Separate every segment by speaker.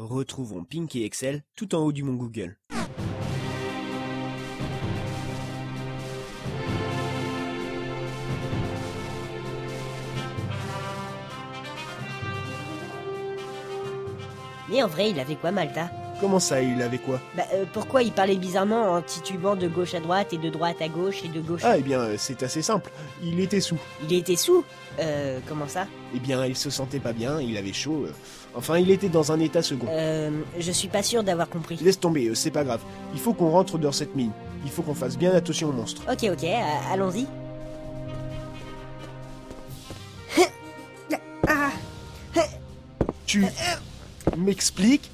Speaker 1: Retrouvons Pink et Excel tout en haut du mont Google.
Speaker 2: Mais en vrai, il avait quoi Malta
Speaker 1: Comment ça, il avait quoi
Speaker 2: Bah euh, pourquoi il parlait bizarrement en titubant de gauche à droite et de droite à gauche et de gauche
Speaker 1: Ah, eh bien, euh, c'est assez simple. Il était sous.
Speaker 2: Il était sous Euh, comment ça
Speaker 1: Eh bien, il se sentait pas bien, il avait chaud. euh, Enfin, il était dans un état second.
Speaker 2: Euh, je suis pas sûr d'avoir compris.
Speaker 1: Laisse tomber, euh, c'est pas grave. Il faut qu'on rentre dans cette mine. Il faut qu'on fasse bien attention aux monstres.
Speaker 2: Ok, ok, a- allons-y.
Speaker 3: Ah,
Speaker 1: Tu m'expliques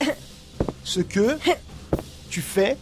Speaker 1: ce que tu fais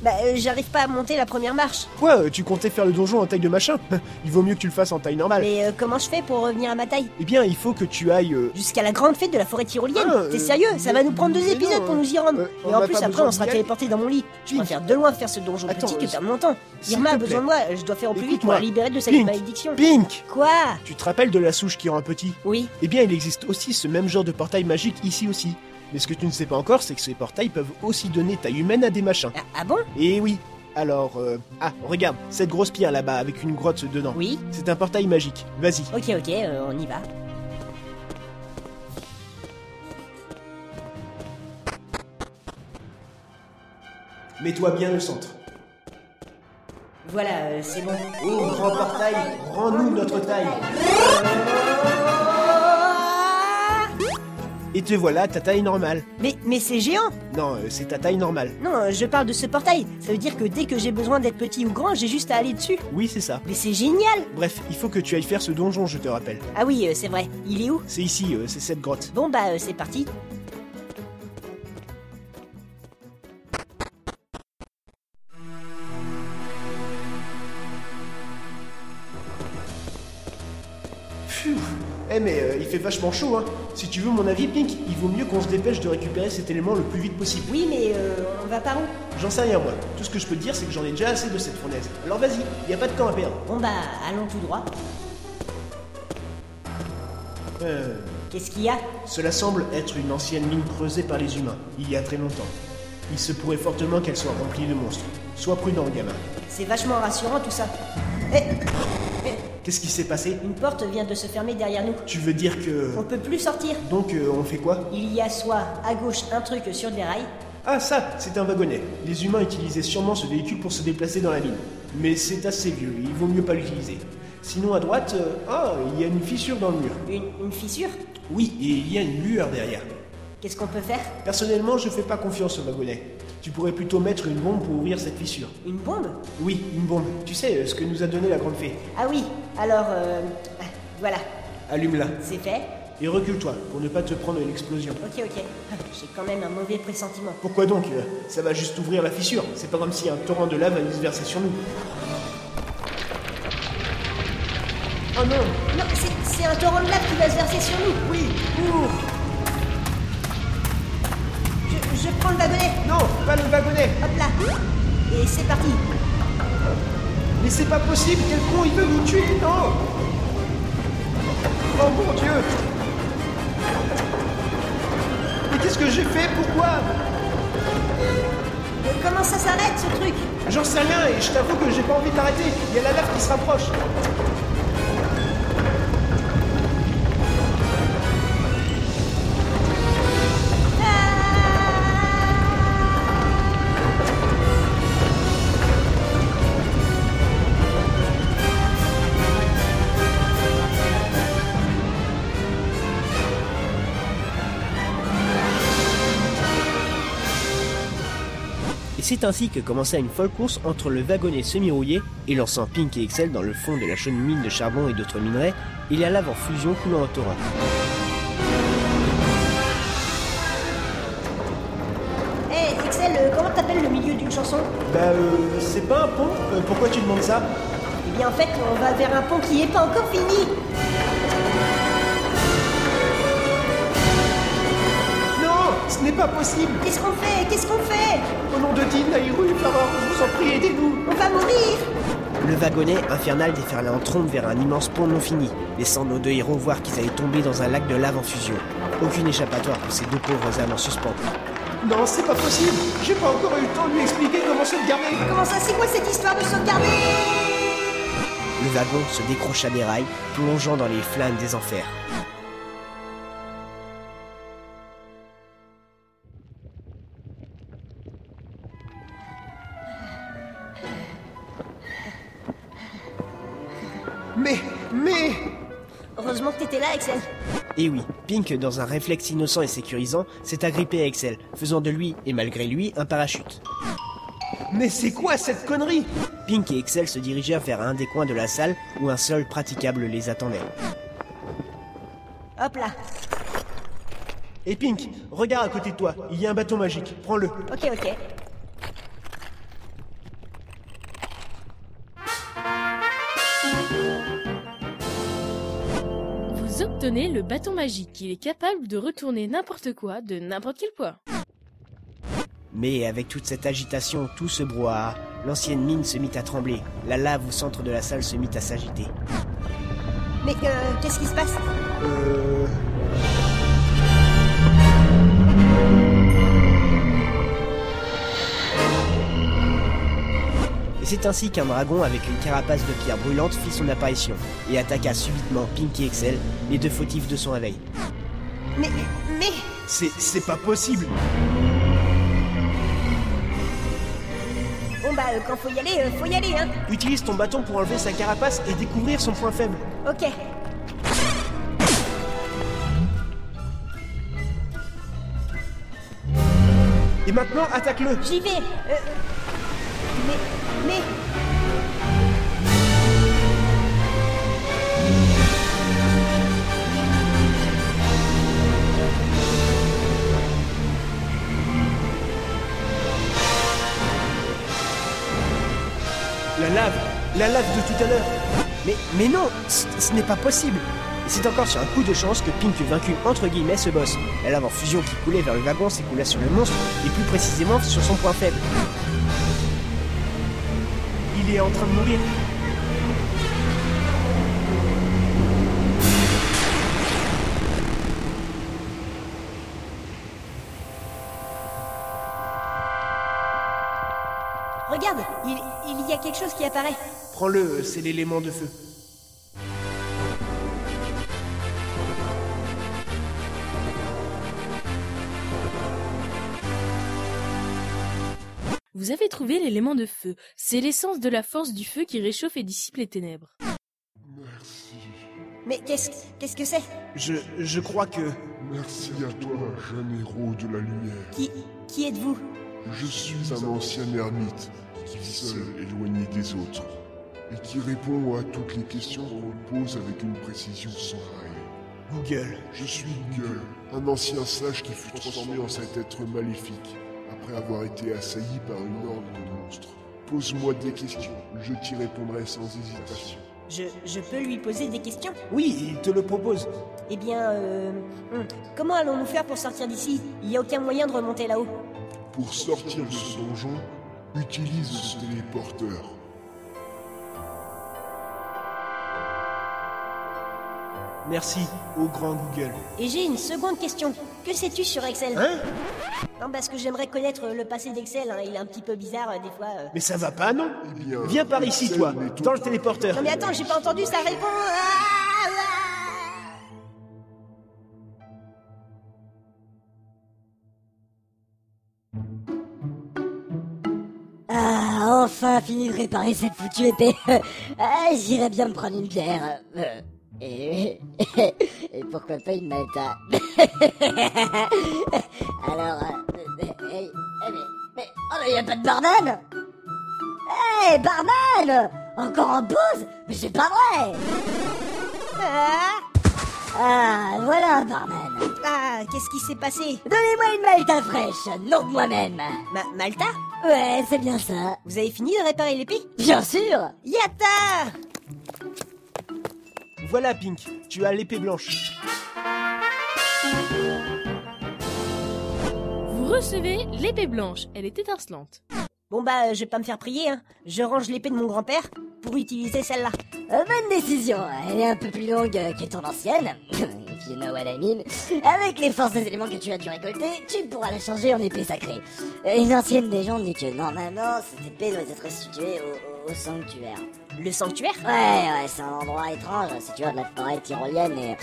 Speaker 2: Bah euh, j'arrive pas à monter la première marche.
Speaker 1: Quoi euh, Tu comptais faire le donjon en taille de machin Il vaut mieux que tu le fasses en taille normale.
Speaker 2: Mais euh, comment je fais pour revenir à ma taille
Speaker 1: Eh bien, il faut que tu ailles... euh,
Speaker 2: Jusqu'à la grande fête de la forêt tyrolienne
Speaker 1: Ah, euh,
Speaker 2: T'es sérieux Ça va nous prendre deux
Speaker 1: mais
Speaker 2: épisodes
Speaker 1: non,
Speaker 2: pour nous y rendre.
Speaker 1: euh, on
Speaker 2: Et en
Speaker 1: n'a
Speaker 2: plus
Speaker 1: pas
Speaker 2: après
Speaker 1: besoin
Speaker 2: on
Speaker 1: d'y
Speaker 2: sera
Speaker 1: aller.
Speaker 2: téléporté dans mon lit. Je
Speaker 1: Pink.
Speaker 2: préfère de loin faire ce donjon
Speaker 1: Attends,
Speaker 2: petit
Speaker 1: euh,
Speaker 2: que perdre mon temps.
Speaker 1: s'il
Speaker 2: Irma
Speaker 1: te
Speaker 2: a
Speaker 1: plaît.
Speaker 2: besoin de moi, je dois faire au plus vite
Speaker 1: Écoute-moi.
Speaker 2: pour la libérer de cette
Speaker 1: Pink.
Speaker 2: malédiction.
Speaker 1: Pink
Speaker 2: Quoi
Speaker 1: Tu te rappelles de la souche qui rend petit
Speaker 2: Oui,
Speaker 1: Eh bien, il existe aussi ce même genre de portail magique ici aussi. Mais ce que tu ne sais pas encore, c'est que ces portails peuvent aussi donner taille humaine à des machins.
Speaker 2: Ah, ah bon
Speaker 1: Et oui Alors, euh... Ah, regarde, cette grosse pierre là-bas avec une grotte dedans.
Speaker 2: Oui.
Speaker 1: C'est un portail magique. Vas-y.
Speaker 2: Ok, ok, euh, on y va.
Speaker 1: Mets-toi bien au centre.
Speaker 2: Voilà, euh, c'est bon.
Speaker 1: Oh, grand portail, rends-nous notre taille Et te voilà à ta taille normale.
Speaker 2: Mais, mais c'est géant
Speaker 1: Non, euh, c'est ta taille normale.
Speaker 2: Non, euh, je parle de ce portail. Ça veut dire que dès que j'ai besoin d'être petit ou grand, j'ai juste à aller dessus.
Speaker 1: Oui, c'est ça.
Speaker 2: Mais c'est génial
Speaker 1: Bref, il faut que tu ailles faire ce donjon, je te rappelle.
Speaker 2: Ah oui, euh, c'est vrai. Il est où
Speaker 1: C'est ici, euh, c'est cette grotte.
Speaker 2: Bon bah euh, c'est parti.
Speaker 1: Pfiou Eh mais euh, il fait vachement chaud, hein Si tu veux mon avis, Pink, il vaut mieux qu'on se dépêche de récupérer cet élément le plus vite possible.
Speaker 2: Oui mais euh, on va par où
Speaker 1: J'en sais rien, moi. Tout ce que je peux te dire, c'est que j'en ai déjà assez de cette fournaise. Alors vas-y, y a pas de temps à perdre.
Speaker 2: Bon bah allons tout droit.
Speaker 1: Euh,
Speaker 2: Qu'est-ce qu'il y a
Speaker 1: cela semble être une ancienne mine creusée par les humains, il y a très longtemps. Il se pourrait fortement qu'elle soit remplie de monstres. Sois prudent, gamin.
Speaker 2: C'est vachement rassurant tout ça. Eh
Speaker 1: Qu'est-ce qui s'est passé
Speaker 2: Une porte vient de se fermer derrière nous.
Speaker 1: Tu veux dire que...
Speaker 2: On peut plus sortir.
Speaker 1: Donc euh, on fait quoi
Speaker 2: Il y a soit à gauche un truc sur des rails,
Speaker 1: Ah ça, c'est un wagonnet. Les humains utilisaient sûrement ce véhicule pour se déplacer dans la mine. Mais c'est assez vieux, il vaut mieux pas l'utiliser. Sinon à droite, euh, ah, il y a une fissure dans le mur.
Speaker 2: une, une fissure.
Speaker 1: Oui, et il y a une lueur derrière.
Speaker 2: Qu'est-ce qu'on peut faire
Speaker 1: Personnellement, je fais pas confiance au wagonnet. Tu pourrais plutôt mettre une bombe pour ouvrir cette fissure.
Speaker 2: Une bombe
Speaker 1: Oui, une bombe. Tu sais euh, ce que nous a donné la grande fée.
Speaker 2: Ah oui, alors euh, ah, voilà,
Speaker 1: Allume-la.
Speaker 2: c'est fait.
Speaker 1: Et recule-toi pour ne pas te prendre une explosion.
Speaker 2: Ok, ok. Ah, J'ai quand même un mauvais pressentiment.
Speaker 1: Pourquoi donc euh, Ça va juste ouvrir la fissure. C'est pas comme si un torrent de lave allait se verser sur nous. Oh non
Speaker 2: Non, c'est- c'est un torrent de lave qui va se verser sur nous. Oui. Je, je prends le wagonnet.
Speaker 1: Non, pas le wagonnet
Speaker 2: Hop là. Et c'est parti.
Speaker 1: Mais c'est pas possible, quel con, il veut nous tuer, non Oh mon dieu Mais qu'est-ce que j'ai fait Pourquoi
Speaker 2: Euh, Comment ça s'arrête ce truc
Speaker 1: J'en sais rien et je t'avoue que j'ai pas envie de t'arrêter. Il y a la lave qui se rapproche. Et c'est ainsi que commença une folle course entre le wagonnet semi-rouillé, et lançant Pink et Excel dans le fond de la chaude mine de charbon et d'autres minerais, et la lave en fusion coulant en torrent.
Speaker 2: Eh, Excel, euh, comment t'appelles le milieu d'une chanson
Speaker 1: Bah euh, c'est pas un pont Pourquoi tu demandes ça
Speaker 2: Eh bien, en fait, on va vers un pont qui n'est pas encore fini.
Speaker 1: Non, ce n'est pas possible
Speaker 2: Qu'est-ce qu'on fait Qu'est-ce qu'on fait
Speaker 1: Au nom de Dean, Naïru, Faror, je vous en prie, aidez-nous
Speaker 2: On va mourir
Speaker 1: Le wagonnet infernal déferlait en trombe vers un immense pont non fini, laissant nos deux héros voir qu'ils allaient tomber dans un lac de lave en fusion.
Speaker 3: Aucune échappatoire pour ces deux pauvres âmes en suspens.
Speaker 1: Non, c'est pas possible J'ai pas encore eu le temps de lui expliquer comment sauvegarder
Speaker 4: Comment ça, c'est quoi cette histoire de sauvegarder
Speaker 3: Le wagon se décrocha des rails, plongeant dans les flammes des enfers.
Speaker 1: Mais, mais
Speaker 4: Heureusement que t'étais là, Axel.
Speaker 3: Et oui, Pink, dans un réflexe innocent et sécurisant, s'est agrippé à Excel, faisant de lui, et malgré lui, un parachute.
Speaker 1: Mais c'est quoi cette connerie
Speaker 3: Pink et Excel se dirigèrent vers un des coins de la salle où un sol praticable les attendait.
Speaker 4: Hop là.
Speaker 1: Et Pink, regarde à côté de toi, il y a un bâton magique, prends-le.
Speaker 4: Ok, ok.
Speaker 5: Vous obtenez le bâton magique. Il est capable de retourner n'importe quoi de n'importe quel poids.
Speaker 3: Mais avec toute cette agitation, tout ce brouhaha, l'ancienne mine se mit à trembler, la lave au centre de la salle se mit à s'agiter.
Speaker 4: Mais euh, qu'est-ce qui se passe
Speaker 1: Euh...
Speaker 3: Et c'est ainsi qu'un dragon avec une carapace de pierre brûlante fit son apparition, et attaqua subitement Pink et Excel, les deux fautifs de son réveil.
Speaker 4: Mais, mais,
Speaker 1: C'est... c'est pas possible
Speaker 4: bon bah, euh, quand faut y aller, euh, faut y aller, hein.
Speaker 1: Utilise ton bâton pour enlever sa carapace et découvrir son point faible.
Speaker 4: Ok.
Speaker 1: Et maintenant, attaque-le
Speaker 4: J'y vais. euh, mais, mais,
Speaker 1: La lave La lave de tout à l'heure
Speaker 3: Mais, mais non, ce ce n'est pas possible Et c'est encore sur un coup de chance que Pink vaincu entre guillemets ce boss. La lave en fusion qui coulait vers le wagon s'écoula sur le monstre, et plus précisément sur son point faible.
Speaker 1: Il est en train de mourir.
Speaker 4: regarde, il, il y a quelque chose qui apparaît.
Speaker 1: Prends-le, c'est l'élément de feu.
Speaker 5: Vous avez trouvé l'élément de feu. C'est l'essence de la force du feu qui réchauffe et dissipe les ténèbres.
Speaker 4: Mais qu'est-ce, qu'est-ce que c'est
Speaker 1: Je... je crois que...
Speaker 6: Merci à toi, jeune héros de la lumière.
Speaker 4: Qui, qui êtes-vous
Speaker 6: Je suis un ancien ermite qui vit seul, éloigné des autres, et qui répond à toutes les questions qu'on me pose avec une précision sans faille.
Speaker 1: Google.
Speaker 6: Je suis Google, un ancien sage qui fut transformé en cet être maléfique après avoir été assailli par une horde de monstres. Pose-moi des questions, je t'y répondrai sans hésitation.
Speaker 2: Je, je peux lui poser des questions
Speaker 1: Oui, il te le propose.
Speaker 2: Eh bien, euh, hum, comment allons-nous faire pour sortir d'ici Il n'y a aucun moyen de remonter là-haut.
Speaker 6: Pour sortir de ce donjon, utilise ce téléporteur.
Speaker 1: Merci, au grand Google.
Speaker 2: Et j'ai une seconde question. Que sais-tu sur Excel
Speaker 1: Hein
Speaker 2: Non, parce que j'aimerais connaître le passé d'Excel. hein. Il est un petit peu bizarre euh, des fois. euh.
Speaker 1: Mais ça va pas, non
Speaker 6: Eh bien,
Speaker 1: Viens par ici, toi,
Speaker 6: Excel n'est
Speaker 1: dans
Speaker 6: au-
Speaker 1: le téléporteur.
Speaker 2: Non, mais attends, j'ai pas entendu, ça répond. Ah, ah.
Speaker 7: Ah, enfin fini de réparer cette foutue épée. ah, j'irais bien me prendre une bière. Euh, et, et pourquoi pas une malta. Alors, euh, euh, hey, mais, mais, oh, mais y a pas de barman. Hé, barman Encore en pause Mais c'est pas vrai
Speaker 4: Ah,
Speaker 7: Ah, voilà, barman.
Speaker 4: ah, qu'est-ce qui s'est passé
Speaker 7: Donnez-moi une malta fraîche, nom de moi-même.
Speaker 2: Bah,
Speaker 4: Ma- Malta
Speaker 7: Ouais, c'est bien ça.
Speaker 4: Vous avez fini de réparer l'épée
Speaker 7: Bien sûr
Speaker 4: Yata
Speaker 3: Voilà Pink, tu as l'épée blanche.
Speaker 5: Vous recevez l'épée blanche. Elle est étincelante.
Speaker 2: Bon, bah, euh, je vais pas me faire prier. Hein. Je range l'épée de mon grand-père pour utiliser celle-là.
Speaker 7: Euh, bonne décision, elle est un peu plus longue euh, que ton ancienne. Et puis you know what I mean. Avec les forces des éléments que tu as dû récolter, tu pourras la changer en épée sacrée. Euh, Une ancienne légende dit que normalement, cette épée doit être restituée au- au- au sanctuaire.
Speaker 2: Le sanctuaire
Speaker 7: Ouais, ouais, c'est un endroit étrange, si tu vois, de la forêt tyrolienne et,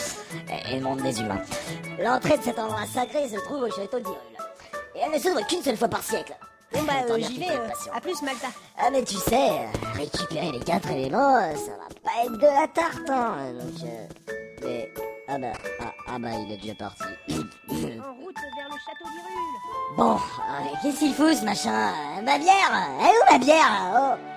Speaker 7: et- et le monde des humains. L'entrée de cet endroit sacré se trouve au château d'Irul. Et elle ne s'ouvre qu'une seule fois par siècle.
Speaker 8: Bon bah,
Speaker 7: Autant
Speaker 8: euh,
Speaker 7: dire
Speaker 8: j'y
Speaker 7: qu'il
Speaker 8: vais.
Speaker 7: faut être
Speaker 8: euh,
Speaker 7: patient.
Speaker 8: à plus, Malta.
Speaker 7: Ah, mais tu sais, euh, récupérer les quatre éléments, euh, ça va pas être de la tarte, hein. Donc, euh, mais, ah bah, ah, ah bah, il est déjà parti.
Speaker 8: En route vers le château d'Irule.
Speaker 7: bon, euh, qu'est-ce qu'il fout, ce machin Euh, Ma bière Elle est où, ma bière Oh